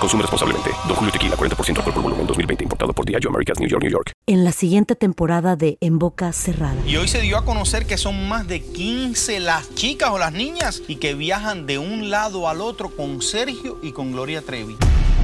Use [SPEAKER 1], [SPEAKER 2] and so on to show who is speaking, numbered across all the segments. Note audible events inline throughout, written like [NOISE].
[SPEAKER 1] Consume responsablemente. Don Julio Tequila, 40% alcohol por volumen, 2020. Importado por Diageo Americas, New York, New York.
[SPEAKER 2] En la siguiente temporada de En Boca Cerrada.
[SPEAKER 3] Y hoy se dio a conocer que son más de 15 las chicas o las niñas y que viajan de un lado al otro con Sergio y con Gloria Trevi.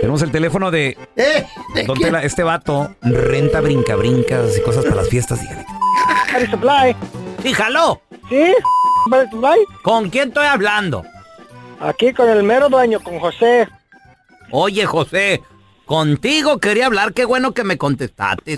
[SPEAKER 4] Tenemos el teléfono de.
[SPEAKER 5] ¿Eh? ¿De
[SPEAKER 4] Don
[SPEAKER 5] quién?
[SPEAKER 4] Tela, este vato renta brinca brincas y cosas para las fiestas, dígale.
[SPEAKER 6] Air Supply.
[SPEAKER 4] ¡Híjalo!
[SPEAKER 6] ¿Sí? Air Supply.
[SPEAKER 4] ¿Con quién estoy hablando?
[SPEAKER 6] Aquí con el mero dueño, con José.
[SPEAKER 4] Oye, José, contigo quería hablar, qué bueno que me contestaste.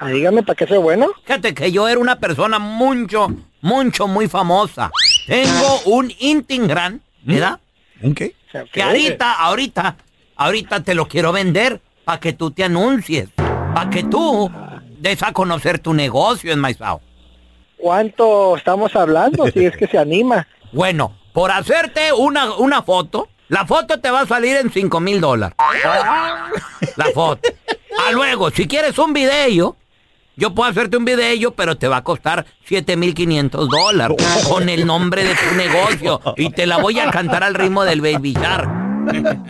[SPEAKER 6] Ah, dígame, ¿para qué soy bueno?
[SPEAKER 4] Fíjate que yo era una persona mucho, mucho, muy famosa. Tengo un Intingram, ¿verdad?
[SPEAKER 7] ¿Un qué?
[SPEAKER 4] Que ahorita, ahorita, ahorita te lo quiero vender para que tú te anuncies, para que tú des a conocer tu negocio en Maizao.
[SPEAKER 6] ¿Cuánto estamos hablando? Si es que se anima.
[SPEAKER 4] [LAUGHS] Bueno, por hacerte una, una foto, la foto te va a salir en 5 mil dólares. La foto. A luego, si quieres un video, yo puedo hacerte un video, pero te va a costar 7 mil 500 dólares con el nombre de tu negocio y te la voy a cantar al ritmo del Baby Shark.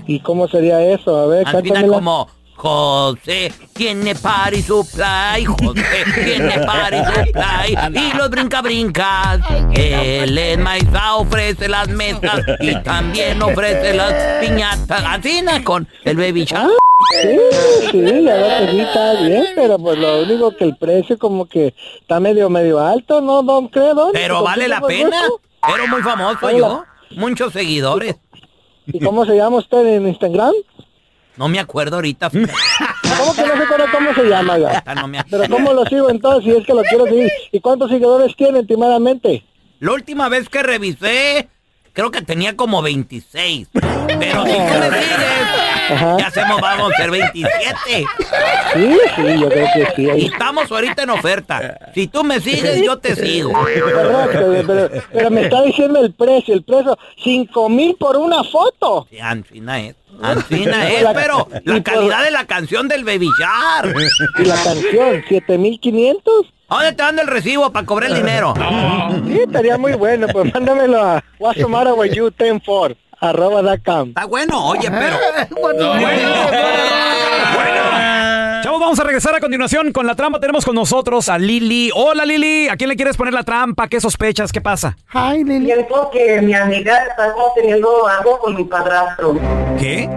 [SPEAKER 6] ¿Y cómo sería eso? A ver,
[SPEAKER 4] Al final
[SPEAKER 6] cántamela.
[SPEAKER 4] como... José tiene party supply, José tiene party supply y los brinca brincas. El enmaizá ofrece las mesas y también ofrece las piñatas. Así na, con el baby shark.
[SPEAKER 6] Sí, sí, la verdad que sí está bien, pero pues lo único que el precio como que está medio, medio alto, ¿no, don Credo?
[SPEAKER 4] Pero vale la pena. Era muy famoso yo. Muchos seguidores.
[SPEAKER 6] ¿Y cómo se llama usted en Instagram?
[SPEAKER 4] No me acuerdo ahorita.
[SPEAKER 6] [LAUGHS] ¿Cómo que no se acuerda cómo se llama, oiga?
[SPEAKER 4] Ah, no me
[SPEAKER 6] Pero ¿cómo lo sigo entonces si es que lo quiero seguir? ¿Y cuántos seguidores tiene, estimadamente?
[SPEAKER 4] La última vez que revisé, creo que tenía como 26. Pero si tú me sigues,
[SPEAKER 6] Ajá.
[SPEAKER 4] ya hacemos, vamos a ser 27.
[SPEAKER 6] Sí, sí, yo creo que sí.
[SPEAKER 4] Y
[SPEAKER 6] ahí-
[SPEAKER 4] estamos ahorita en oferta. Si tú me sigues, yo te sigo.
[SPEAKER 6] Correcto, pero, pero me está diciendo el precio, el precio, cinco mil por una foto.
[SPEAKER 4] Sí, Ancina
[SPEAKER 6] [LAUGHS]
[SPEAKER 4] es. Ancina es, pero la calidad de la canción del Baby Shark.
[SPEAKER 6] Y la canción, 7500.
[SPEAKER 4] ¿A dónde te mando el recibo para cobrar el dinero?
[SPEAKER 6] [LAUGHS] Sí, estaría muy bueno, pues mándamelo a whatsomarawayou104 arroba dot com.
[SPEAKER 4] Está bueno, oye, pero...
[SPEAKER 7] Chavos, vamos a regresar a continuación con la trampa. Tenemos con nosotros a Lili. Hola, Lili. ¿A quién le quieres poner la trampa? ¿Qué sospechas? ¿Qué pasa?
[SPEAKER 5] Ay, Lili.
[SPEAKER 8] Siento que mi amiga estaba teniendo algo con mi padrastro.
[SPEAKER 7] ¿Qué?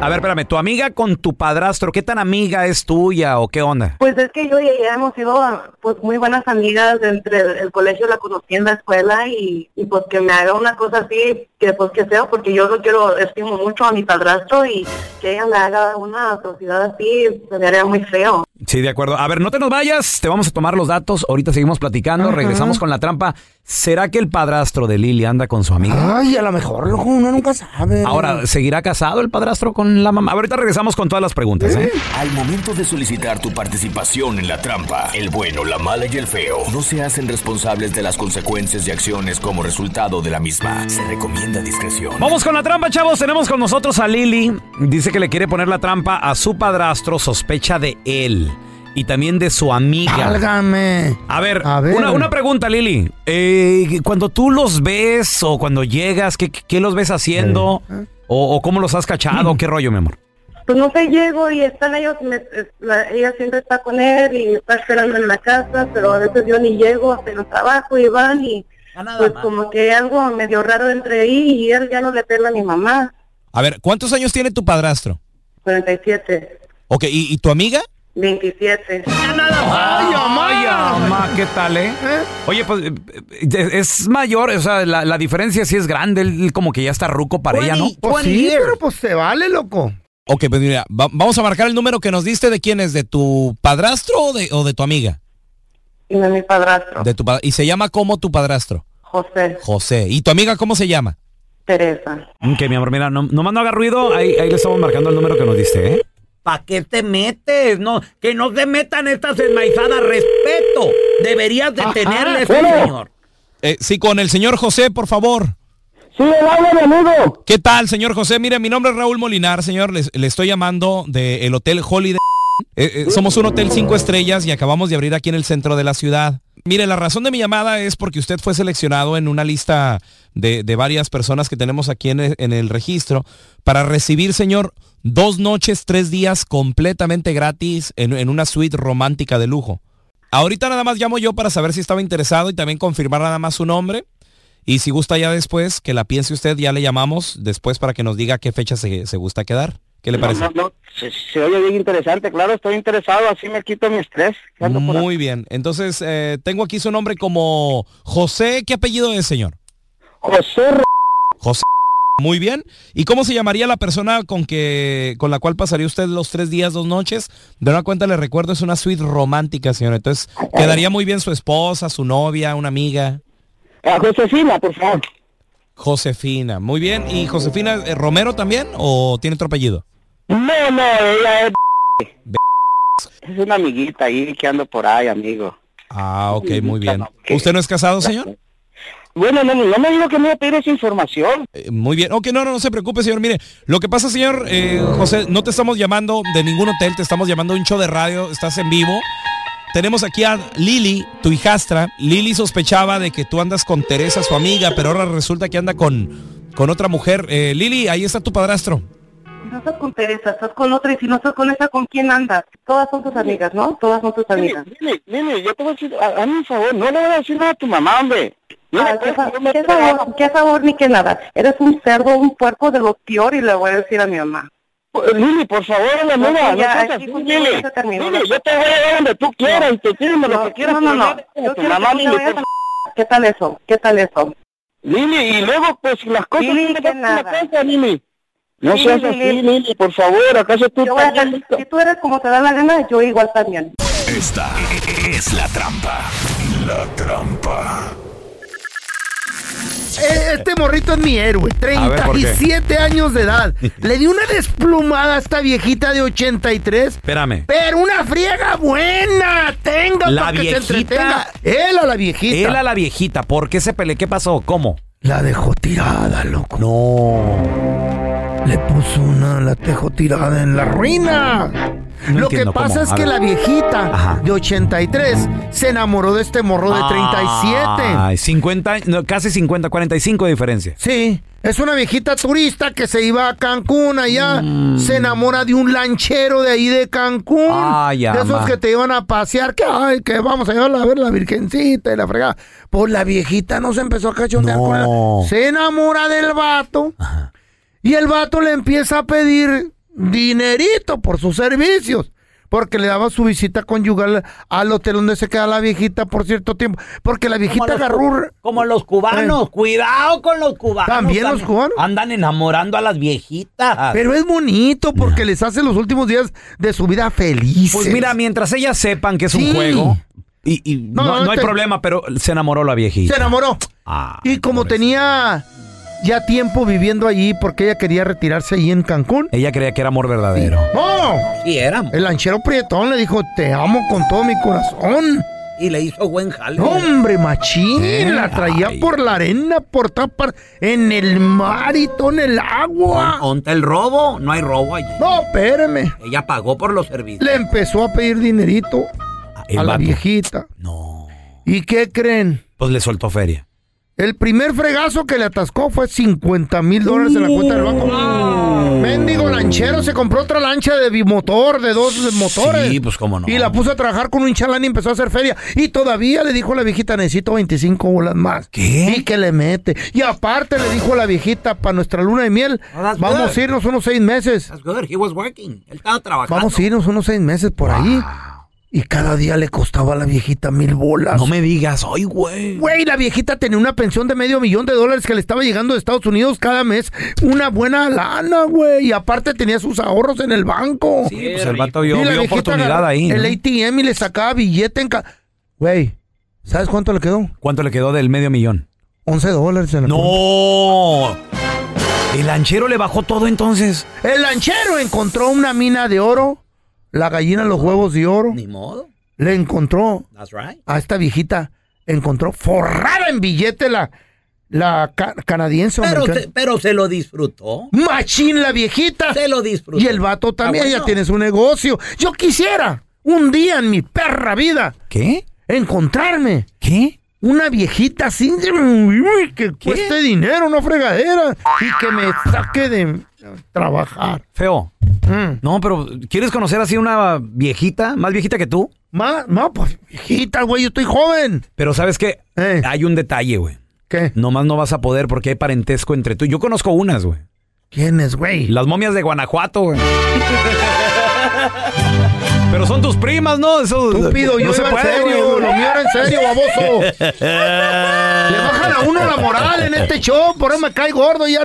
[SPEAKER 7] A ver, espérame, tu amiga con tu padrastro, ¿qué tan amiga es tuya o qué onda?
[SPEAKER 8] Pues es que yo y ella hemos sido pues muy buenas amigas entre el, el colegio, la conocí en la escuela y, y, pues que me haga una cosa así, que pues que sea, porque yo lo quiero, estimo mucho a mi padrastro y que ella me haga una atrocidad así, se me haría muy feo.
[SPEAKER 7] Sí, de acuerdo. A ver, no te nos vayas, te vamos a tomar los datos, ahorita seguimos platicando, regresamos con la trampa. ¿Será que el padrastro de Lili anda con su amiga?
[SPEAKER 5] Ay, a lo mejor, loco, uno nunca sabe.
[SPEAKER 7] Ahora, ¿seguirá casado el padrastro con la mamá? A ver, ahorita regresamos con todas las preguntas, ¿eh?
[SPEAKER 9] Al momento de solicitar tu participación en la trampa, el bueno, la mala y el feo no se hacen responsables de las consecuencias y acciones como resultado de la misma. Se recomienda discreción.
[SPEAKER 7] Vamos con la trampa, chavos. Tenemos con nosotros a Lili. Dice que le quiere poner la trampa a su padrastro, sospecha de él y también de su amiga.
[SPEAKER 5] Álgame.
[SPEAKER 7] A ver,
[SPEAKER 5] A ver.
[SPEAKER 7] Una, una pregunta, Lili. Eh, cuando tú los ves o cuando llegas, ¿qué, qué los ves haciendo? O, o cómo los has cachado? ¿Qué rollo, mi amor?
[SPEAKER 8] Pues no sé, llego y están ellos, me- es- la- ella siempre está con él y me está esperando en la casa, pero a veces yo ni llego, pero trabajo y van y pues como que hay algo medio raro entre ahí y él ya no le pela a mi mamá,
[SPEAKER 10] A ver, ¿cuántos años tiene tu padrastro?
[SPEAKER 8] 47,
[SPEAKER 10] Ok, ¿y, y tu amiga?
[SPEAKER 8] 27.
[SPEAKER 7] ¡Ay, mamá! ¿qué tal, eh? Oye, pues eh, eh, es mayor, o sea, la, la diferencia sí es grande. Él como que ya está ruco para ella, ¿no?
[SPEAKER 5] Pues sí, pero pues se vale, loco.
[SPEAKER 10] Ok, pues mira, va- vamos a marcar el número que nos diste de quién es, de tu padrastro o de, o de tu amiga.
[SPEAKER 8] De mi padrastro.
[SPEAKER 10] De tu pa- y se llama como tu padrastro,
[SPEAKER 8] José,
[SPEAKER 10] José. ¿Y tu amiga cómo se llama?
[SPEAKER 8] Teresa.
[SPEAKER 7] Ok, mi amor, mira, no, nomás no haga ruido. Ahí, ahí le estamos marcando el número que nos diste, ¿eh? ¿Para qué te metes? No, que no se metan estas enmaizadas. Respeto. Deberías de tenerle
[SPEAKER 10] tenerle,
[SPEAKER 7] este señor.
[SPEAKER 10] Eh, sí, con el señor José, por favor.
[SPEAKER 6] Sí, el habla, mi amigo.
[SPEAKER 10] ¿Qué tal, señor José? Mire, mi nombre es Raúl Molinar, señor. Les- Le estoy llamando del Hotel Holiday. Eh, eh, somos un hotel cinco estrellas y acabamos de abrir aquí en el centro de la ciudad. Mire, la razón de mi llamada es porque usted fue seleccionado en una lista de, de varias personas que tenemos aquí en el, en el registro para recibir, señor, dos noches, tres días completamente gratis en- en una suite romántica de lujo. Ahorita nada más llamo yo para saber si estaba interesado y también confirmar nada más su nombre. Y si gusta ya después, que la piense usted, ya le llamamos después para que nos diga qué fecha se, se gusta quedar. ¿Qué le parece?
[SPEAKER 6] No, no, no, Se, se oye bien interesante, claro, estoy interesado, así me quito mi estrés. ¿Qué ando por
[SPEAKER 10] Muy bien. Entonces, eh, tengo aquí su nombre como José. ¿Qué apellido es, señor?
[SPEAKER 6] José.
[SPEAKER 10] José. Muy bien. ¿Y cómo se llamaría la persona con que con la cual pasaría usted los tres días, dos noches? De una cuenta le recuerdo, es una suite romántica, señor. Entonces, quedaría muy bien su esposa, su novia, una amiga.
[SPEAKER 6] A Ah, Josefina, por favor.
[SPEAKER 10] Josefina, muy bien. ¿Y Josefina eh, Romero también o tiene otro apellido?
[SPEAKER 6] No, no, ella es... Es una amiguita ahí que ando por ahí, amigo.
[SPEAKER 10] Ah, ok, muy bien. ¿Usted no es casado, señor?
[SPEAKER 6] Bueno, no, no me digo que me voy a pedir esa información.
[SPEAKER 10] Eh, Muy bien. Ok, no, no, no se preocupe, señor. Mire, lo que pasa, señor eh, José, no te estamos llamando de ningún hotel, te estamos llamando de un show de radio, estás en vivo. Tenemos aquí a Lili, tu hijastra. Lili sospechaba de que tú andas con Teresa, su amiga, pero ahora resulta que anda con, con otra mujer. Eh, Lili, ahí está tu padrastro.
[SPEAKER 8] No estás con Teresa, estás con otra y si no estás con esa, ¿con quién andas? Todas son tus amigas, ¿no? Todas son tus amigas.
[SPEAKER 6] Nene, nene, yo te voy a decir, a- hazme un favor, no le voy a decir nada a tu mamá, hombre. No
[SPEAKER 8] Ah, ¿qué, fa- qué sabor, qué sabor ni qué nada. Eres un cerdo, un puerco de lo peor y le voy a decir a mi mamá.
[SPEAKER 6] Pues, Lili, por favor, la
[SPEAKER 8] No,
[SPEAKER 6] nueva,
[SPEAKER 8] sí,
[SPEAKER 6] no
[SPEAKER 8] ya,
[SPEAKER 6] seas
[SPEAKER 8] aquí
[SPEAKER 6] así,
[SPEAKER 8] contigo
[SPEAKER 6] Lili.
[SPEAKER 8] ya se terminó.
[SPEAKER 6] Lili, yo te voy a dar donde tú quieras y te tienes lo que quieras.
[SPEAKER 8] No, no,
[SPEAKER 6] pero
[SPEAKER 8] no. Yo
[SPEAKER 6] ya deja a tu
[SPEAKER 8] quiero que
[SPEAKER 6] mamá,
[SPEAKER 8] tú te
[SPEAKER 6] Lili,
[SPEAKER 8] vayas
[SPEAKER 6] por-
[SPEAKER 8] a- ¿Qué tal eso? ¿Qué tal eso?
[SPEAKER 6] Lili, y luego, pues, si las cosas...
[SPEAKER 8] Lili,
[SPEAKER 6] no te
[SPEAKER 8] que
[SPEAKER 6] pasan la
[SPEAKER 8] nada.
[SPEAKER 6] casa, Lili. No
[SPEAKER 8] Lili,
[SPEAKER 6] seas así,
[SPEAKER 8] Lili.
[SPEAKER 6] Lili, por favor, acaso tú...
[SPEAKER 8] Yo voy a hacer- si tú eres como te da la gana, yo igual también.
[SPEAKER 9] Esta es la trampa. La trampa.
[SPEAKER 5] Eh, Este morrito es mi héroe.
[SPEAKER 9] A ver, ¿por qué?
[SPEAKER 5] 37 años de
[SPEAKER 7] [LAUGHS]
[SPEAKER 5] edad. Le di una desplumada a esta viejita de 83.
[SPEAKER 7] Espérame.
[SPEAKER 5] Pero una friega buena. Tenga
[SPEAKER 7] La
[SPEAKER 5] para que se
[SPEAKER 7] viejita-
[SPEAKER 5] entretenga. Él a la viejita.
[SPEAKER 7] Él a la viejita, ¿por qué se peleó? ¿Qué pasó? ¿Cómo?
[SPEAKER 5] La dejó tirada, loco.
[SPEAKER 7] No.
[SPEAKER 5] Le puso una, la dejó tirada en la ruina.
[SPEAKER 7] No
[SPEAKER 5] Lo que
[SPEAKER 7] entiendo cómo,
[SPEAKER 5] pasa es
[SPEAKER 7] a
[SPEAKER 5] que
[SPEAKER 7] ver.
[SPEAKER 5] la viejita
[SPEAKER 7] Ajá. Ah,
[SPEAKER 5] de 83 se enamoró de este morro de
[SPEAKER 10] Ah,
[SPEAKER 5] 37.
[SPEAKER 7] Ay, 50, no, casi 50, 45 de diferencia.
[SPEAKER 5] Sí, es una viejita turista que se iba a Cancún allá,
[SPEAKER 7] Mm.
[SPEAKER 5] se enamora de un lanchero de ahí de Cancún,
[SPEAKER 7] Ay,
[SPEAKER 5] de esos
[SPEAKER 7] ama.
[SPEAKER 5] que te iban a pasear, que ay, que vamos a llevarla a ver la virgencita y la fregada. Pues la viejita no se empezó a cachondear con la- Se enamora del vato y el vato le empieza a pedir dinerito por sus servicios. Porque le daba su visita conyugal al hotel donde se queda la viejita por cierto tiempo. Porque la viejita
[SPEAKER 10] los cu-
[SPEAKER 5] agarró...
[SPEAKER 10] Como los cubanos,
[SPEAKER 5] Eh.
[SPEAKER 10] cuidado con los cubanos.
[SPEAKER 5] También los cubanos.
[SPEAKER 10] Andan enamorando a las viejitas.
[SPEAKER 5] Pero es bonito porque les hace los últimos días de su vida felices.
[SPEAKER 10] Pues mira, mientras ellas sepan que es
[SPEAKER 5] Sí.
[SPEAKER 10] un juego, y, y no,
[SPEAKER 5] no,
[SPEAKER 10] no hay
[SPEAKER 5] te-
[SPEAKER 10] problema, pero se enamoró la
[SPEAKER 5] Se
[SPEAKER 10] viejita.
[SPEAKER 5] enamoró.
[SPEAKER 10] Ah,
[SPEAKER 5] y como tenía ya tiempo viviendo allí porque ella quería retirarse allí en Cancún.
[SPEAKER 10] Ella creía que era amor verdadero.
[SPEAKER 5] ¡No!
[SPEAKER 10] Y Eh. era.
[SPEAKER 5] El lanchero prietón le dijo, te amo con todo mi corazón.
[SPEAKER 10] Y le hizo buen jale. Eh,
[SPEAKER 5] Hombre, machín, la traía por la arena, por tapar, en el mar y todo en el agua.
[SPEAKER 10] Contra el robo, no hay robo allí.
[SPEAKER 5] No, espérame.
[SPEAKER 10] Ella pagó por los servicios.
[SPEAKER 5] Le empezó a pedir dinerito a la viejita. No. ¿Y qué creen?
[SPEAKER 10] Pues le soltó feria.
[SPEAKER 5] El primer fregazo que le atascó fue 50 mil dólares en la cuenta del banco. Mendigo lanchero se compró otra lancha de bimotor, de dos motores.
[SPEAKER 10] Sí, pues cómo no.
[SPEAKER 5] Y la puso a trabajar con un chalán y empezó a hacer feria. Y todavía le dijo la viejita, necesito 25 bolas más. ¿Qué? Y que le mete. Y aparte le dijo la viejita, para nuestra luna de miel,
[SPEAKER 10] Oh, that's
[SPEAKER 5] vamos
[SPEAKER 10] good.
[SPEAKER 5] a irnos unos seis meses.
[SPEAKER 10] That's good, he was working. Él estaba trabajando.
[SPEAKER 5] Vamos a irnos unos seis meses por ahí. Y cada día le costaba a la viejita mil bolas.
[SPEAKER 10] No me digas, ay, güey.
[SPEAKER 5] Güey, la viejita tenía una pensión de medio millón de dólares que le estaba llegando de Estados Unidos cada mes. Una buena lana, güey. Y aparte tenía sus ahorros en el banco. Sí,
[SPEAKER 10] pues el vato vio- vio oportunidad ahí, ¿no?
[SPEAKER 5] El ATM y le sacaba billete en... ca- Güey, ¿sabes cuánto le quedó?
[SPEAKER 10] ¿Cuánto le quedó del medio millón?
[SPEAKER 5] 11 dólares en la
[SPEAKER 10] ¡No! El lanchero le bajó todo entonces.
[SPEAKER 5] El lanchero encontró una mina de oro, la gallina los huevos de oro. Ni
[SPEAKER 10] modo.
[SPEAKER 5] Le encontró
[SPEAKER 10] That's right.
[SPEAKER 5] a esta viejita, encontró forrada en billete la, la ca- canadiense o
[SPEAKER 10] Pero
[SPEAKER 5] americana.
[SPEAKER 10] se, pero se lo disfrutó.
[SPEAKER 5] Machín la viejita.
[SPEAKER 10] Se lo disfrutó.
[SPEAKER 5] Y el vato también,
[SPEAKER 10] Ah, bueno.
[SPEAKER 5] ya tiene su negocio. Yo quisiera un día en mi perra vida
[SPEAKER 10] ¿Qué?
[SPEAKER 5] encontrarme.
[SPEAKER 10] ¿Qué?
[SPEAKER 5] Una viejita así uy, que cueste dinero, no fregadera. Y que me saque de trabajar. Mm.
[SPEAKER 10] Feo. No, pero ¿quieres conocer así una viejita? ¿Más viejita que tú?
[SPEAKER 5] Más, no, pues viejita, güey, yo estoy joven.
[SPEAKER 10] Pero ¿sabes qué?
[SPEAKER 5] Eh.
[SPEAKER 10] Hay un detalle, güey.
[SPEAKER 5] ¿Qué?
[SPEAKER 10] Nomás no vas a poder porque hay parentesco entre tú. Yo conozco unas, güey.
[SPEAKER 5] ¿Quién es, güey?
[SPEAKER 10] Las momias de Guanajuato, güey. Pero son tus primas, ¿no? Eso,
[SPEAKER 5] Estúpido,
[SPEAKER 10] no
[SPEAKER 5] yo iba en serio,
[SPEAKER 10] güey.
[SPEAKER 5] lo mío era en serio, baboso.
[SPEAKER 10] [LAUGHS]
[SPEAKER 5] Le bajan a uno la moral en este show, por eso me cae gordo, ya,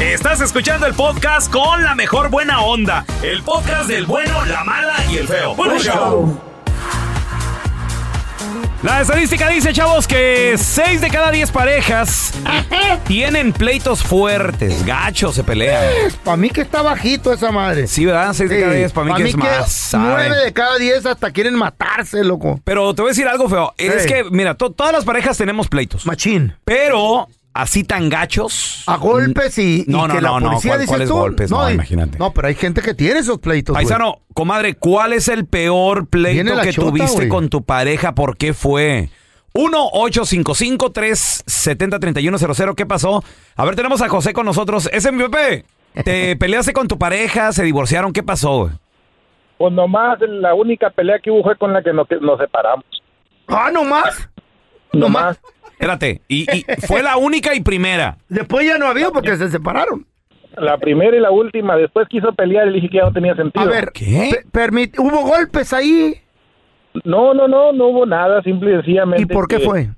[SPEAKER 11] Estás escuchando el podcast con la mejor buena onda. El podcast del bueno, la mala y el feo. Bueno, show.
[SPEAKER 12] La estadística dice, chavos, que 6 de cada 10 parejas
[SPEAKER 10] Tienen pleitos fuertes, gachos se pelean.
[SPEAKER 5] Para mí que está bajito esa madre.
[SPEAKER 10] Sí, ¿verdad? 6 de cada 10, para mí que es más. ¿saben?
[SPEAKER 5] Nueve de cada diez hasta quieren matarse, loco.
[SPEAKER 10] Pero te voy a decir algo feo. Eh, Es que, mira, to- todas las parejas tenemos pleitos.
[SPEAKER 5] Machín.
[SPEAKER 10] Pero así tan gachos.
[SPEAKER 5] A golpes y, y
[SPEAKER 10] No, no,
[SPEAKER 5] que la
[SPEAKER 10] no, no.
[SPEAKER 5] policía
[SPEAKER 10] ¿Cuál-
[SPEAKER 5] dice
[SPEAKER 10] cuáles
[SPEAKER 5] tú.
[SPEAKER 10] golpes? No,
[SPEAKER 5] y-
[SPEAKER 10] imagínate.
[SPEAKER 5] No, pero hay gente que tiene esos pleitos, güey.
[SPEAKER 10] Paisano, comadre, ¿cuál es el peor
[SPEAKER 5] Viene
[SPEAKER 10] pleito
[SPEAKER 5] la
[SPEAKER 10] que
[SPEAKER 5] chota,
[SPEAKER 10] tuviste
[SPEAKER 5] güey.
[SPEAKER 10] con tu pareja? ¿Por qué fue? 1-855-370-3100. ¿Qué pasó? A ver, tenemos a José con nosotros. Es MVP. Te peleaste con tu pareja, se divorciaron. ¿Qué pasó? güey?
[SPEAKER 13] Pues nomás la única pelea que hubo fue con la que nos, que nos separamos.
[SPEAKER 5] Ah, nomás.
[SPEAKER 13] Nomás.
[SPEAKER 10] Espérate. Y, y fue la única y primera.
[SPEAKER 5] Después ya no había porque se separaron.
[SPEAKER 13] [LAUGHS] La primera y la última. Después quiso pelear y le dije que ya no tenía sentido.
[SPEAKER 5] A ver, pe- permit- ¿hubo golpes ahí?
[SPEAKER 13] No, no, no, no hubo nada. Simple y sencillamente.
[SPEAKER 5] ¿Y por qué
[SPEAKER 13] que
[SPEAKER 5] fue?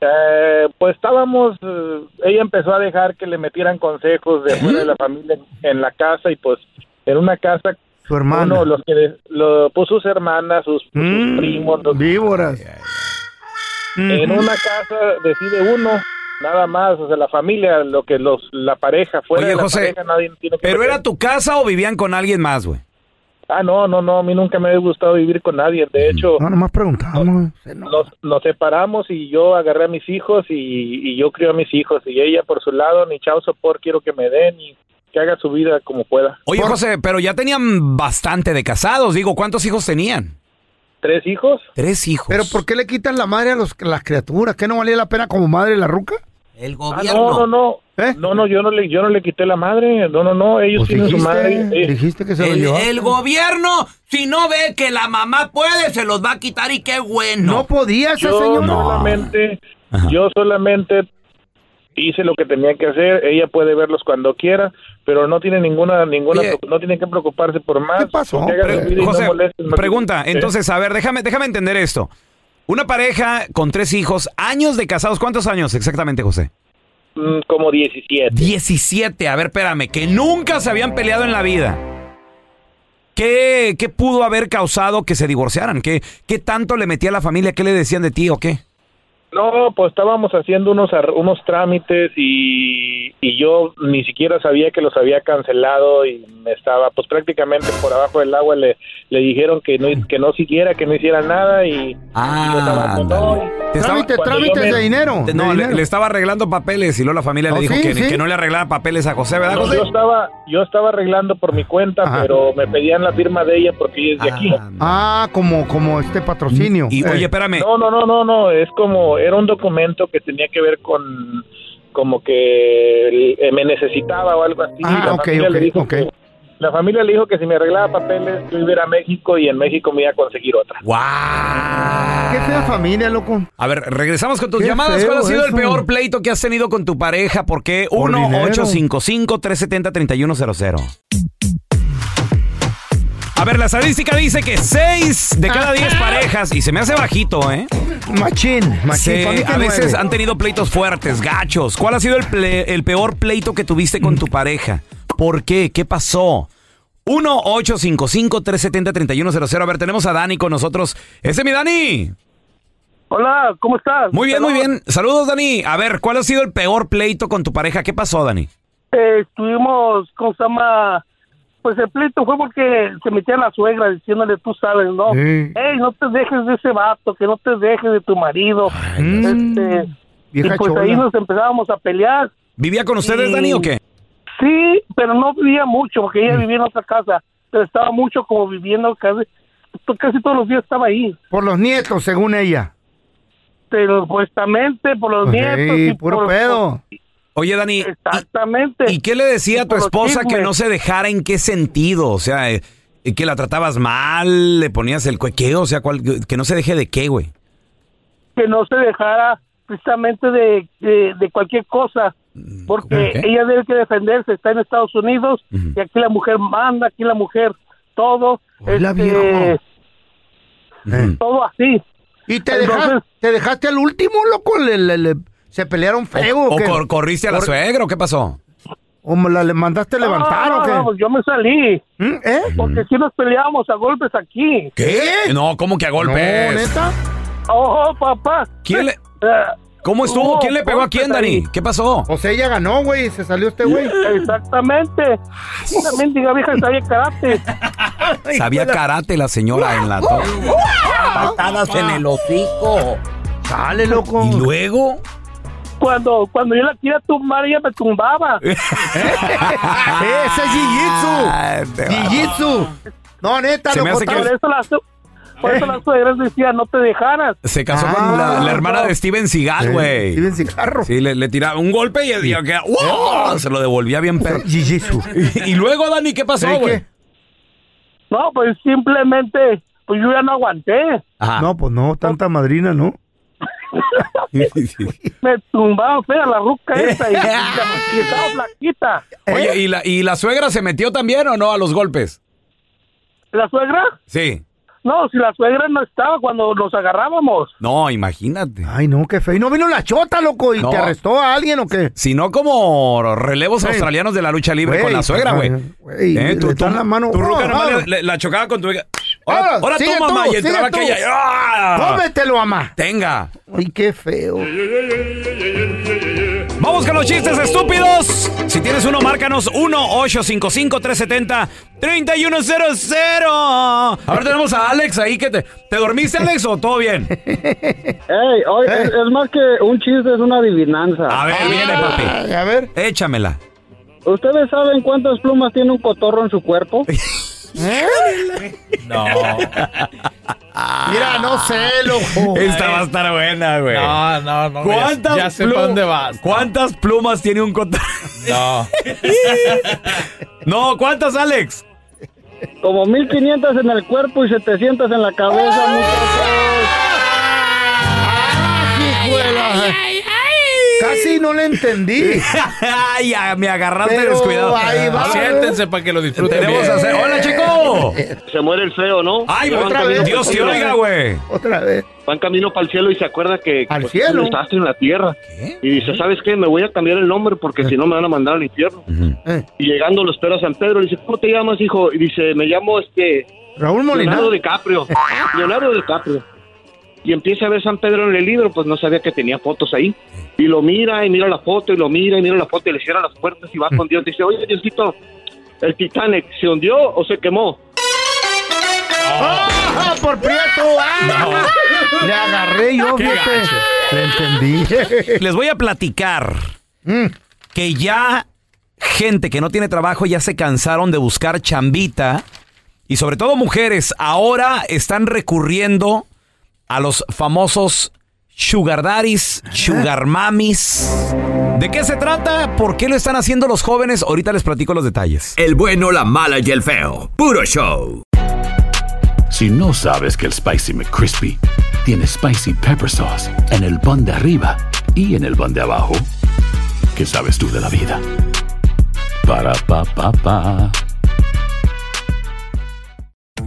[SPEAKER 13] Eh, pues estábamos, eh, ella empezó a dejar que le metieran consejos de fuera de la familia en- en la casa y pues en una casa
[SPEAKER 5] Su hermana.
[SPEAKER 13] uno, los que de- lo, pues sus hermanas, sus, sus
[SPEAKER 5] Mm,
[SPEAKER 13] primos, los-
[SPEAKER 5] víboras. Mm-hmm.
[SPEAKER 13] en una casa decide uno nada más, o sea, la familia, lo que los la pareja fuera
[SPEAKER 10] Oye,
[SPEAKER 13] de la
[SPEAKER 10] José,
[SPEAKER 13] pareja nadie tiene que
[SPEAKER 10] ¿Pero
[SPEAKER 13] meter.
[SPEAKER 10] era tu casa o vivían con alguien más, güey?
[SPEAKER 13] Ah, no, no, no, a mí nunca me ha gustado vivir con nadie, de hecho
[SPEAKER 5] No, nomás preguntamos.
[SPEAKER 13] nos, nos separamos y yo agarré a mis hijos y, y yo crio a mis hijos y ella por su lado ni chao sopor quiero que me den y que haga su vida como pueda.
[SPEAKER 10] Oye, José, pero ya tenían bastante de casados. Digo, ¿cuántos hijos tenían?
[SPEAKER 13] ¿Tres hijos?
[SPEAKER 10] Tres hijos.
[SPEAKER 5] ¿Pero por qué le quitan la madre a los, las criaturas? ¿Que no valía la pena como madre la ruca? ¿Eh?
[SPEAKER 10] El
[SPEAKER 13] Ah, no, no, no. No, no, yo no le yo no le quité la madre. No, no, no, ellos
[SPEAKER 5] Pues
[SPEAKER 13] tienen su madre.
[SPEAKER 5] dijiste,
[SPEAKER 13] Eh,
[SPEAKER 5] dijiste que se lo
[SPEAKER 13] el-
[SPEAKER 5] llevaba.
[SPEAKER 4] El gobierno, si no ve que la mamá puede, se los va a quitar y qué bueno.
[SPEAKER 5] No podía
[SPEAKER 13] yo solamente yo solamente hice lo que tenía que hacer. Ella puede verlos cuando quiera, pero no tiene ninguna ninguna no tiene que preocuparse por más. ¿Qué pasó?
[SPEAKER 10] José, pregunta. Entonces, a ver, déjame, déjame entender esto. Una pareja con tres hijos, años de casados. ¿Cuántos años exactamente, José?
[SPEAKER 13] mm, como 17.
[SPEAKER 10] 17. A ver, espérame. Que nunca se habían peleado en la vida. ¿Qué, qué pudo haber causado que se divorciaran? ¿Qué, ¿Qué tanto le metía a la familia? ¿Qué le decían de ti o qué?
[SPEAKER 13] No, pues estábamos haciendo unos ar- unos trámites y, y yo ni siquiera sabía que los había cancelado y me estaba pues prácticamente por abajo del agua le, le dijeron que no que no siguiera, que no hiciera nada y y yo estaba,
[SPEAKER 10] Ah,
[SPEAKER 13] no,
[SPEAKER 10] Te estaba-
[SPEAKER 13] Trámite,
[SPEAKER 10] Cuando
[SPEAKER 13] trámites
[SPEAKER 10] yo me-
[SPEAKER 13] de dinero,
[SPEAKER 10] No,
[SPEAKER 13] de
[SPEAKER 10] le-
[SPEAKER 13] dinero.
[SPEAKER 10] Le, estaba arreglando papeles y luego la familia
[SPEAKER 13] Oh,
[SPEAKER 10] le dijo
[SPEAKER 13] sí,
[SPEAKER 10] que,
[SPEAKER 13] sí.
[SPEAKER 10] que no le arreglara papeles a José, ¿verdad,
[SPEAKER 13] No,
[SPEAKER 10] José?
[SPEAKER 13] yo estaba yo estaba arreglando por mi cuenta, pero me pedían la firma de ella porque ella es de aquí.
[SPEAKER 5] Ah, como, como este patrocinio. Eh,
[SPEAKER 13] No, no, no, no, no, es como, era un documento que tenía que ver con, como que eh, me necesitaba o algo así.
[SPEAKER 5] Ah, ok,
[SPEAKER 13] familia le
[SPEAKER 5] ok,
[SPEAKER 13] dijo
[SPEAKER 5] ok.
[SPEAKER 13] que- la familia le dijo que si me arreglaba papeles, yo iba a ir a México y en México me iba a conseguir otra.
[SPEAKER 5] Qué fea familia, loco.
[SPEAKER 10] A ver, regresamos con tus
[SPEAKER 5] Qué
[SPEAKER 10] llamadas.
[SPEAKER 5] feo
[SPEAKER 10] ¿Cuál ha sido el
[SPEAKER 5] eso.
[SPEAKER 10] peor pleito que has tenido con tu pareja? ¿Por qué?
[SPEAKER 5] Por dinero.
[SPEAKER 10] 1-855-370-3100. A ver, la estadística dice que 6 de cada 10 parejas, y se me hace bajito, ¿eh?
[SPEAKER 5] Machín, machín.
[SPEAKER 10] Se-
[SPEAKER 5] pa' mí que
[SPEAKER 10] a veces
[SPEAKER 5] nueve.
[SPEAKER 10] han tenido pleitos fuertes, gachos. ¿Cuál ha sido el, ple- el peor pleito que tuviste con tu pareja? ¿Por qué? ¿Qué pasó? 1-855-370-3100. A ver, tenemos a Dani con nosotros. ¡Ese es mi Dani!
[SPEAKER 14] Hola, ¿cómo estás?
[SPEAKER 10] Muy bien, muy bien. Saludos, Dani. A ver, ¿cuál ha sido el peor pleito con tu pareja? ¿Qué pasó, Dani?
[SPEAKER 14] Eh, estuvimos con Sama. Pues el pleito fue porque se metía la suegra diciéndole, tú sabes, ¿no?
[SPEAKER 5] Sí.
[SPEAKER 14] Ey, no te dejes de ese vato, que no te dejes de tu marido.
[SPEAKER 5] Mm.
[SPEAKER 14] Este,
[SPEAKER 10] vieja
[SPEAKER 14] y pues
[SPEAKER 10] chola.
[SPEAKER 14] ahí nos empezábamos a pelear.
[SPEAKER 10] ¿Vivía con ustedes,
[SPEAKER 14] Sí.
[SPEAKER 10] Dani, o qué? Mm.
[SPEAKER 14] Sí, pero no vivía mucho, porque ella vivía en otra casa. Pero estaba mucho como viviendo casi, casi todos los días estaba ahí.
[SPEAKER 5] Por los nietos, según ella.
[SPEAKER 14] Pero pues supuestamente por los
[SPEAKER 5] Sí,
[SPEAKER 14] nietos. y
[SPEAKER 5] puro
[SPEAKER 14] por-
[SPEAKER 5] pedo.
[SPEAKER 10] Oye, Dani.
[SPEAKER 14] Exactamente.
[SPEAKER 10] ¿Y qué le decía a tu
[SPEAKER 14] Por los
[SPEAKER 10] esposa que
[SPEAKER 14] chismes.
[SPEAKER 10] no se dejara en qué sentido? O sea, eh, que la tratabas mal, le ponías el cuequeo, o sea, ¿cuál- que no se deje de qué, güey.
[SPEAKER 14] que no se dejara precisamente de, de, de cualquier cosa,
[SPEAKER 10] Mm,
[SPEAKER 14] porque
[SPEAKER 10] ¿cómo qué?
[SPEAKER 14] ella debe que defenderse, está en Estados Unidos y aquí la mujer manda, aquí la mujer todo, este, todo así.
[SPEAKER 5] Eh. ¿Y te, dejaste, te dejaste al último, loco? Le- le- le- se pelearon feo.
[SPEAKER 10] ¿O
[SPEAKER 5] qué?
[SPEAKER 10] cor- corriste a la
[SPEAKER 5] Cor-
[SPEAKER 10] suegra o qué pasó?
[SPEAKER 5] ¿O me la le mandaste levantar
[SPEAKER 14] No,
[SPEAKER 5] o qué? ¿Mm? ¿Eh?
[SPEAKER 14] no, pues yo me salí, porque si nos peleábamos a golpes aquí.
[SPEAKER 10] ¿Qué? No, ¿cómo que a golpes?
[SPEAKER 14] No, ¿neta? Oh, papá.
[SPEAKER 10] ¿Quién le- ¿Cómo estuvo?
[SPEAKER 14] Hubo
[SPEAKER 10] ¿Quién le pegó a quién,
[SPEAKER 14] golpes ahí.
[SPEAKER 10] Dani? ¿Qué pasó?
[SPEAKER 5] O sea, ella ganó, güey, y se salió este güey.
[SPEAKER 14] Exactamente. También diga vieja sabía karate.
[SPEAKER 10] Sabía karate la señora en la torre. Patadas en el hocico.
[SPEAKER 5] Dale, loco.
[SPEAKER 10] ¿Y luego?
[SPEAKER 14] Cuando, cuando yo la quería tumbar, ella me tumbaba.
[SPEAKER 5] Ah, Ese es Jiu-Jitsu. Jiu-Jitsu. No, neta,
[SPEAKER 10] Se me
[SPEAKER 5] loco.
[SPEAKER 10] hace que-
[SPEAKER 5] tal-
[SPEAKER 14] Por eso las por
[SPEAKER 13] Eh.
[SPEAKER 14] eso las suegras decían, no te dejaras.
[SPEAKER 10] Se casó con la, la hermana de Steven Seagal, güey. Steven
[SPEAKER 5] Seagal. ¿Eh?
[SPEAKER 10] Sí, le, le tiraba un golpe y, y acá, ¡wow! se lo devolvía bien perro. Y, y luego, Dani, ¿qué pasó,
[SPEAKER 14] ¿Sí,
[SPEAKER 10] güey?
[SPEAKER 14] No, pues simplemente, pues yo ya no aguanté.
[SPEAKER 5] No, pues no, tanta madrina, ¿no?
[SPEAKER 14] Me tumbaba fea la ruca esa y, y la- y estaba flaquita.
[SPEAKER 10] Eh. Oye, ¿y la, ¿y la suegra se metió también o no a los golpes?
[SPEAKER 14] ¿La suegra?
[SPEAKER 10] Sí.
[SPEAKER 14] No, si la suegra no estaba cuando nos agarrábamos.
[SPEAKER 7] No, imagínate.
[SPEAKER 5] Ay, no, qué feo. ¿Y no vino la chota, loco? ¿Y
[SPEAKER 10] No.
[SPEAKER 5] te arrestó a alguien o qué?
[SPEAKER 10] Si no como relevos
[SPEAKER 5] Güey.
[SPEAKER 10] australianos de la lucha libre
[SPEAKER 5] Güey,
[SPEAKER 10] con la suegra, güey.
[SPEAKER 5] güey,
[SPEAKER 10] Eh,
[SPEAKER 5] le
[SPEAKER 10] tú-
[SPEAKER 5] dan
[SPEAKER 10] tú-
[SPEAKER 5] la mano.
[SPEAKER 10] tu ruca
[SPEAKER 5] Ah,
[SPEAKER 10] nomás
[SPEAKER 5] ah.
[SPEAKER 10] le- le- la chocaba con tu hija. Ahora, ahora tú,
[SPEAKER 5] sigue
[SPEAKER 10] mamá, y
[SPEAKER 5] sigue
[SPEAKER 10] entraba
[SPEAKER 5] tú.
[SPEAKER 10] aquella. ¡Ah!
[SPEAKER 5] Cómetelo, mamá.
[SPEAKER 10] Tenga.
[SPEAKER 5] Ay, qué feo.
[SPEAKER 10] Vamos con los chistes estúpidos. Si tienes uno, márcanos 1-855-370-3100. Ahora tenemos a Alex ahí que te. ¿Te dormiste, Alex, o todo bien?
[SPEAKER 15] Ey, oye, Es, es más que un chiste, es una adivinanza.
[SPEAKER 10] Eh. A ver, viene, papi.
[SPEAKER 5] A ver.
[SPEAKER 10] Échamela.
[SPEAKER 15] ¿Ustedes saben cuántas plumas tiene un cotorro en
[SPEAKER 10] [LAUGHS]
[SPEAKER 15] su cuerpo?
[SPEAKER 10] No. Ah.
[SPEAKER 5] Mira, no sé, loco.
[SPEAKER 10] Esta va a estar buena, güey.
[SPEAKER 16] No, no, no.
[SPEAKER 10] ¿Cuántas
[SPEAKER 16] ya, ya sé
[SPEAKER 10] plu-
[SPEAKER 16] para dónde vas.
[SPEAKER 10] ¿Cuántas plumas tiene un cotorro?
[SPEAKER 16] No.
[SPEAKER 10] no, ¿cuántas, Alex?
[SPEAKER 15] Como 1500 en el cuerpo y 700 en la cabeza,
[SPEAKER 5] Casi no le entendí.
[SPEAKER 10] Ay, ya, me agarraste
[SPEAKER 5] Pero
[SPEAKER 10] descuidado.
[SPEAKER 5] ahí va.
[SPEAKER 16] Siéntense para que lo disfruten.
[SPEAKER 10] Tenemos a hacer- ¡Hola, chico!
[SPEAKER 17] Se muere el feo, ¿no?
[SPEAKER 10] Ay,
[SPEAKER 17] Van
[SPEAKER 10] otra
[SPEAKER 17] camino-
[SPEAKER 10] vez. Dios te oiga, güey.
[SPEAKER 5] Otra vez.
[SPEAKER 17] Van camino para el cielo y se acuerda que
[SPEAKER 5] ¿Al
[SPEAKER 17] pues,
[SPEAKER 5] cielo?
[SPEAKER 17] un desastre en la tierra. Y dice, ¿sabes qué? Me voy a cambiar el nombre porque si no me van a mandar al infierno. Y llegando lo espera a San Pedro, le dice, ¿cómo te llamas, hijo? Y dice, me llamo este...
[SPEAKER 5] Raúl Molinar.
[SPEAKER 17] Leonardo DiCaprio. Leonardo DiCaprio. Y empieza a ver San Pedro en el libro, pues no sabía que tenía fotos ahí. Y lo mira y mira la foto y lo mira y mira la foto y le cierra las puertas y va con Dios. Dice, oye, Diosito, el Titanic, ¿se hundió o se quemó?
[SPEAKER 5] ¡Ah, por prieto!
[SPEAKER 10] [LAUGHS]
[SPEAKER 5] ¡Ah! Le agarré yo,
[SPEAKER 10] Qué
[SPEAKER 5] fíjate.
[SPEAKER 10] gacho.
[SPEAKER 5] Le entendí. Mm.
[SPEAKER 10] Les voy a platicar que ya gente que no tiene trabajo ya se cansaron de buscar chambita y sobre todo mujeres ahora están recurriendo a los famosos sugar daddies, sugar mamis. ¿De qué se trata? ¿Por qué lo están haciendo los jóvenes? Ahorita les platico los detalles.
[SPEAKER 9] El bueno, la mala y el feo. Puro show.
[SPEAKER 11] Si no sabes que el Spicy McCrispy tiene Spicy Pepper Sauce en el pan de arriba y en el pan de abajo, ¿qué sabes tú de la vida? Para, pa, pa, pa.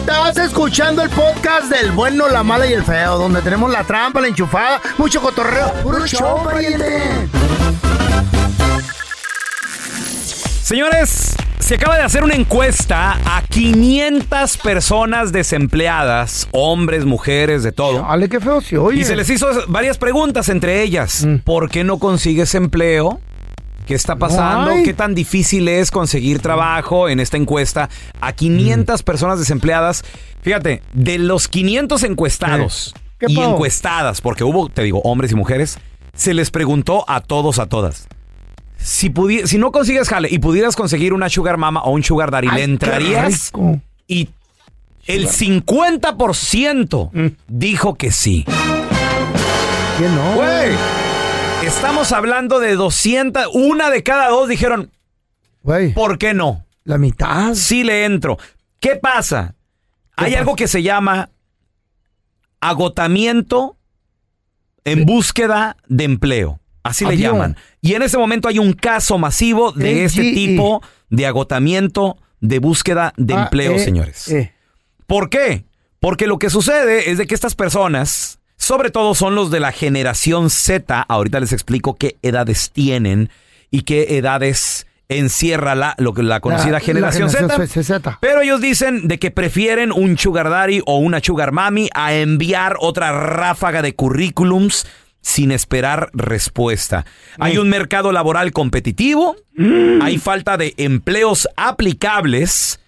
[SPEAKER 5] Estás escuchando el podcast del bueno, la mala y el feo, donde tenemos la trampa, la enchufada, mucho cotorreo. ¡Puro show, pariente!
[SPEAKER 10] Señores, se acaba de hacer una encuesta a 500 personas desempleadas, hombres, mujeres, de todo.
[SPEAKER 5] Ale, qué feo se oye.
[SPEAKER 10] Y se les hizo varias preguntas, entre ellas,
[SPEAKER 7] Mm.
[SPEAKER 10] ¿por qué no consigues empleo? ¿Qué está pasando?
[SPEAKER 5] hay.
[SPEAKER 10] ¿Qué tan difícil es conseguir trabajo en esta encuesta? A 500 personas desempleadas. Fíjate, de los 500 encuestados
[SPEAKER 7] ¿Qué
[SPEAKER 10] y
[SPEAKER 7] pasó?
[SPEAKER 10] encuestadas, porque hubo, te digo, hombres y mujeres, se les preguntó a todos, a todas. Si, pudi- si no consigues jale y pudieras conseguir una sugar mama o un sugar daddy, ¿le entrarías? Y el 50% dijo que sí.
[SPEAKER 5] ¿Qué no?
[SPEAKER 10] Güey, estamos hablando de 200, una de cada dos dijeron, ¿por qué no?
[SPEAKER 5] La mitad.
[SPEAKER 10] Sí le entro. ¿Qué pasa? Hay algo que se llama agotamiento en búsqueda de empleo. Así le
[SPEAKER 7] Adiós.
[SPEAKER 10] llaman. Y en ese momento hay un caso masivo de este
[SPEAKER 7] NGE.
[SPEAKER 10] tipo de agotamiento de búsqueda de
[SPEAKER 7] Ah,
[SPEAKER 10] empleo,
[SPEAKER 7] eh,
[SPEAKER 10] señores. ¿Por qué? Porque lo que sucede es de que estas personas, sobre todo son los de la generación Z, ahorita les explico qué edades tienen y qué edades encierra la, lo que- la conocida
[SPEAKER 5] La- la
[SPEAKER 10] generación, Z.
[SPEAKER 5] generación Z.
[SPEAKER 10] Pero ellos dicen de que prefieren un sugar daddy o una sugar mami a enviar otra ráfaga de currículums sin esperar respuesta. Hay un mercado laboral competitivo, hay falta de empleos aplicables,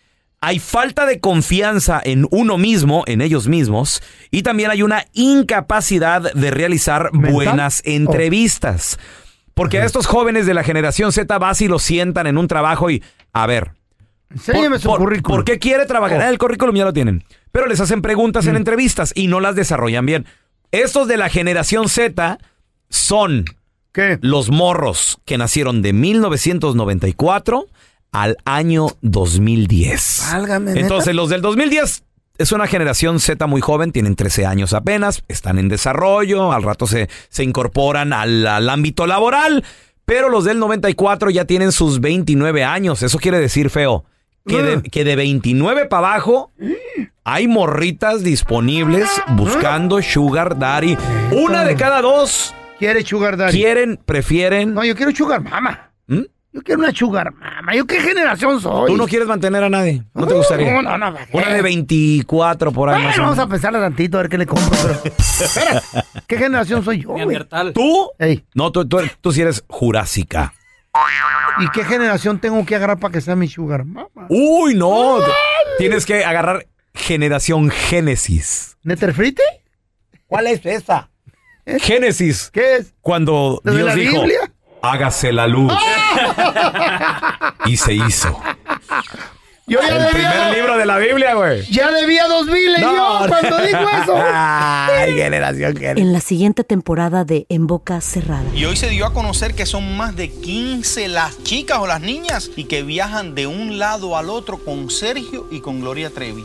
[SPEAKER 10] hay falta de confianza en uno mismo, en ellos mismos, y también hay una incapacidad de realizar buenas
[SPEAKER 5] Oh.
[SPEAKER 10] entrevistas. Porque a estos jóvenes de la generación Z vas y los sientan en un trabajo y, a ver,
[SPEAKER 5] Enséñeme
[SPEAKER 10] su currículum. ¿Por qué quiere "Ah, trabajar? Ah, El currículum ya lo tienen. Pero les hacen preguntas en entrevistas y no las desarrollan bien. Estos de la generación Z son los morros que nacieron de 1994 al año 2010.
[SPEAKER 5] Válgame, ¿neta?
[SPEAKER 10] Entonces, los del 2010 es una generación Z muy joven, tienen 13 años apenas, están en desarrollo, al rato se, se incorporan al, al ámbito laboral, pero los del 94 ya tienen sus 29 años. Eso quiere decir, feo,
[SPEAKER 5] Mm.
[SPEAKER 10] que
[SPEAKER 5] Ah.
[SPEAKER 10] de, que de 29 para abajo hay morritas disponibles buscando Sugar Daddy. Una de cada dos.
[SPEAKER 5] Quiere Sugar Daddy.
[SPEAKER 10] Quieren, prefieren. ¿Mm?
[SPEAKER 5] No, yo quiero Sugar Mama. Yo quiero una Sugar Mama. ¿Yo qué generación soy?
[SPEAKER 10] Tú no quieres mantener a nadie. No te gustaría.
[SPEAKER 5] No, no, no. ¿para qué?
[SPEAKER 10] Una de 24 por ahí.
[SPEAKER 5] Bueno,
[SPEAKER 10] más o
[SPEAKER 5] vamos
[SPEAKER 10] menos.
[SPEAKER 5] a pensarla tantito a ver qué le compro. Pero... Espera, ¿qué generación soy yo? güey?
[SPEAKER 10] ¿Tú? No, tú, tú, tú sí eres jurásica.
[SPEAKER 5] ¿Y qué generación tengo que agarrar para que sea mi Sugar Mama?
[SPEAKER 10] Uy, no. Tienes que agarrar generación Génesis.
[SPEAKER 5] ¿Neterfrite? ¿Cuál es esa?
[SPEAKER 10] Génesis.
[SPEAKER 5] ¿Qué es?
[SPEAKER 10] Cuando
[SPEAKER 5] ¿Desde
[SPEAKER 10] Dios
[SPEAKER 5] la
[SPEAKER 10] dijo,
[SPEAKER 5] Biblia?
[SPEAKER 10] hágase la
[SPEAKER 5] [LAUGHS]
[SPEAKER 10] luz. y se hizo.
[SPEAKER 5] Yo ya
[SPEAKER 10] El
[SPEAKER 5] debía,
[SPEAKER 10] primer libro de la Biblia, güey.
[SPEAKER 5] ya debía dos mil ¿eh?
[SPEAKER 10] No.
[SPEAKER 5] yo cuando dijo eso.
[SPEAKER 10] [LAUGHS] Ay, generación Génesis.
[SPEAKER 2] En la siguiente temporada de En Boca Cerrada.
[SPEAKER 18] Y hoy se dio a conocer que son más de 15 las chicas o las niñas y que viajan de un lado al otro con Sergio y con Gloria Trevi.